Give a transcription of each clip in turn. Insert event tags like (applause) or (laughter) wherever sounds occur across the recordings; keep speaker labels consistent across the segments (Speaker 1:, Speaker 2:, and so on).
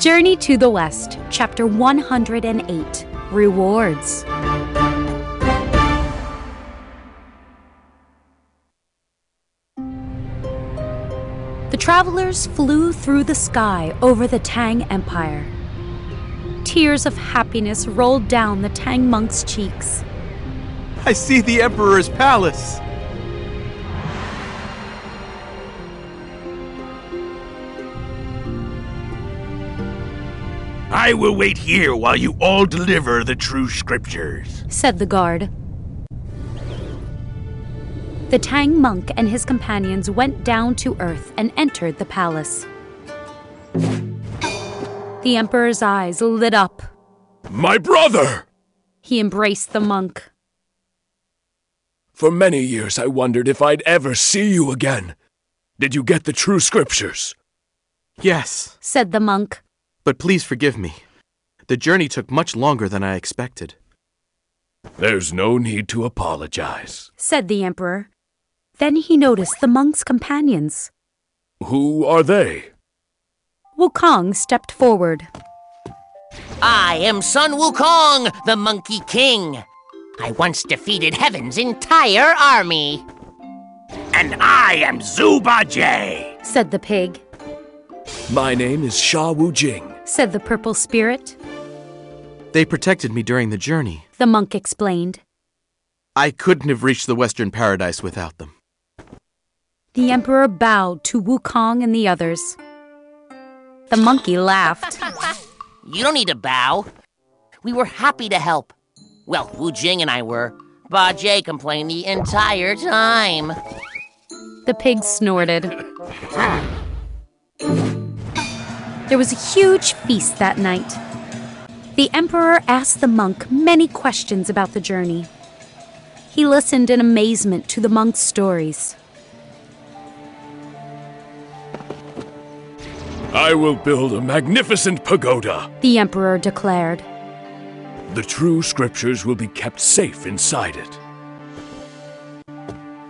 Speaker 1: Journey to the West, Chapter 108 Rewards. The travelers flew through the sky over the Tang Empire. Tears of happiness rolled down the Tang monk's cheeks.
Speaker 2: I see the Emperor's palace.
Speaker 3: I will wait here while you all deliver the true scriptures.
Speaker 1: said the guard. The Tang monk and his companions went down to earth and entered the palace. The emperor's eyes lit up.
Speaker 4: My brother!
Speaker 1: He embraced the monk.
Speaker 4: For many years I wondered if I'd ever see you again. Did you get the true scriptures?
Speaker 2: Yes,
Speaker 1: said the monk.
Speaker 2: but please forgive me. The journey took much longer than I expected.
Speaker 4: There's no need to apologize.
Speaker 1: said the emperor. Then he noticed the monk's companions.
Speaker 4: Who are they?
Speaker 1: Wukong stepped forward.
Speaker 5: I am Sun Wukong, the Monkey King. I once defeated Heaven's entire army.
Speaker 3: And I am Zuba Jay.
Speaker 1: said the pig,
Speaker 4: My name is Sha Wu Jing.
Speaker 1: said the purple spirit.
Speaker 2: They protected me during the journey.
Speaker 1: The monk explained.
Speaker 2: I couldn't have reached the Western Paradise without them.
Speaker 1: The emperor bowed to Wukong and the others. The monkey laughed.
Speaker 5: (laughs) You don't need to bow. We were happy to help. Well, Wu Jing and I were. Ba Jay complained the entire time.
Speaker 1: The pig snorted. There was a huge feast that night. The emperor asked the monk many questions about the journey. He listened in amazement to the monk's stories.
Speaker 4: I will build a magnificent pagoda.
Speaker 1: The emperor declared.
Speaker 4: The true scriptures will be kept safe inside it.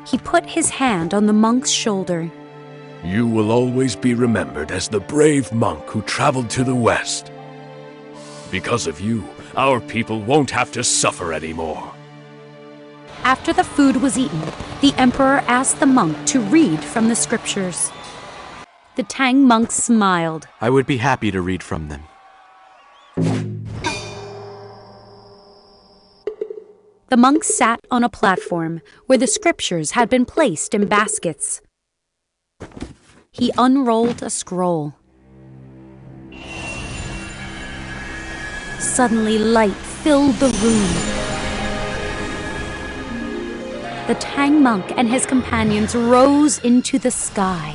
Speaker 1: He put his hand on the monk's shoulder.
Speaker 4: You will always be remembered as the brave monk who traveled to the West. Because of you, our people won't have to suffer anymore.
Speaker 1: After the food was eaten, the emperor asked the monk to read from the scriptures. The Tang monk smiled.
Speaker 2: I would be happy to read from them.
Speaker 1: The monk sat on a platform where the scriptures had been placed in baskets. He unrolled a scroll. Suddenly, light filled the room. The Tang monk and his companions rose into the sky.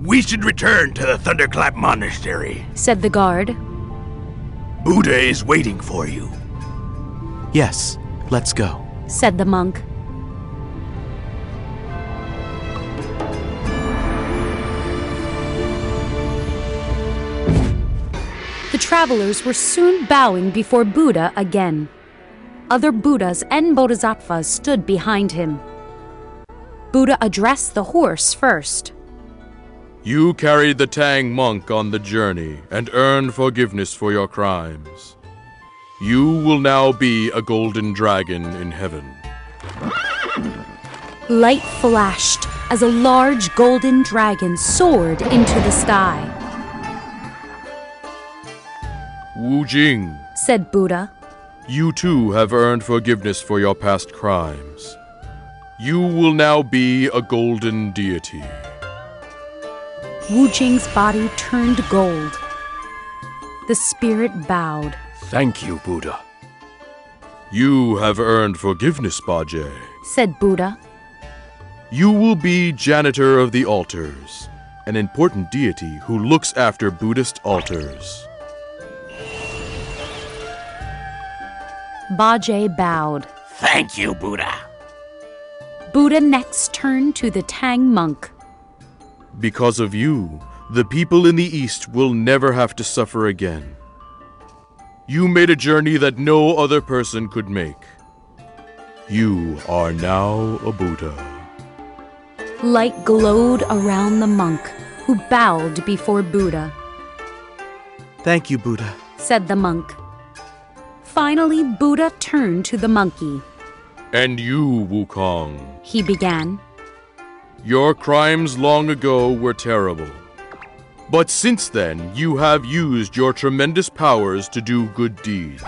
Speaker 3: We should return to the Thunderclap Monastery.
Speaker 1: Said the guard,
Speaker 3: Buddha is waiting for you.
Speaker 2: Yes, let's go.
Speaker 1: said the monk. The travelers were soon bowing before Buddha again. Other Buddhas and Bodhisattvas stood behind him. Buddha addressed the horse first.
Speaker 6: You carried the Tang monk on the journey and earned forgiveness for your crimes. You will now be a golden dragon in heaven.
Speaker 1: Light flashed as a large golden dragon soared into the sky,
Speaker 6: Wu Jing,
Speaker 1: said Buddha.
Speaker 6: you too have earned forgiveness for your past crimes. You will now be a golden deity.
Speaker 1: Wu Jing's body turned gold. The spirit bowed.
Speaker 4: Thank you, Buddha.
Speaker 6: You have earned forgiveness, Bajie.
Speaker 1: Said Buddha,
Speaker 6: You will be janitor of the altars, an important deity who looks after Buddhist altars.
Speaker 1: Bajie bowed.
Speaker 3: Thank you, Buddha.
Speaker 1: Buddha next turned to the Tang monk.
Speaker 6: Because of you, the people in the East will never have to suffer again. You made a journey that no other person could make. You are now a Buddha.
Speaker 1: Light glowed around the monk. who bowed before Buddha,
Speaker 2: Thank you, Buddha.
Speaker 1: said the monk. Finally, Buddha turned to the monkey.
Speaker 6: And you, Wukong,
Speaker 1: He began.
Speaker 6: your crimes long ago were terrible. But since then, you have used your tremendous powers to do good deeds.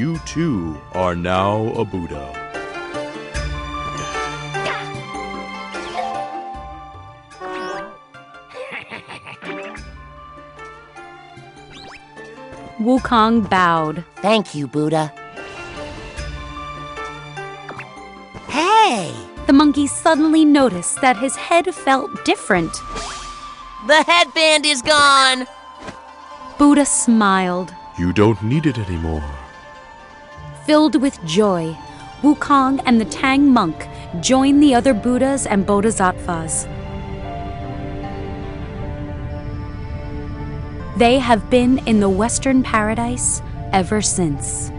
Speaker 6: You too are now a Buddha.
Speaker 1: Wukong bowed.
Speaker 5: Thank you, Buddha. Hey!
Speaker 1: The monkey suddenly noticed that his head felt different.
Speaker 5: The headband is gone!
Speaker 1: Buddha smiled.
Speaker 6: You don't need it anymore.
Speaker 1: Filled with joy, Wukong and the Tang monk joined the other Buddhas and Bodhisattvas. They have been in the Western Paradise ever since.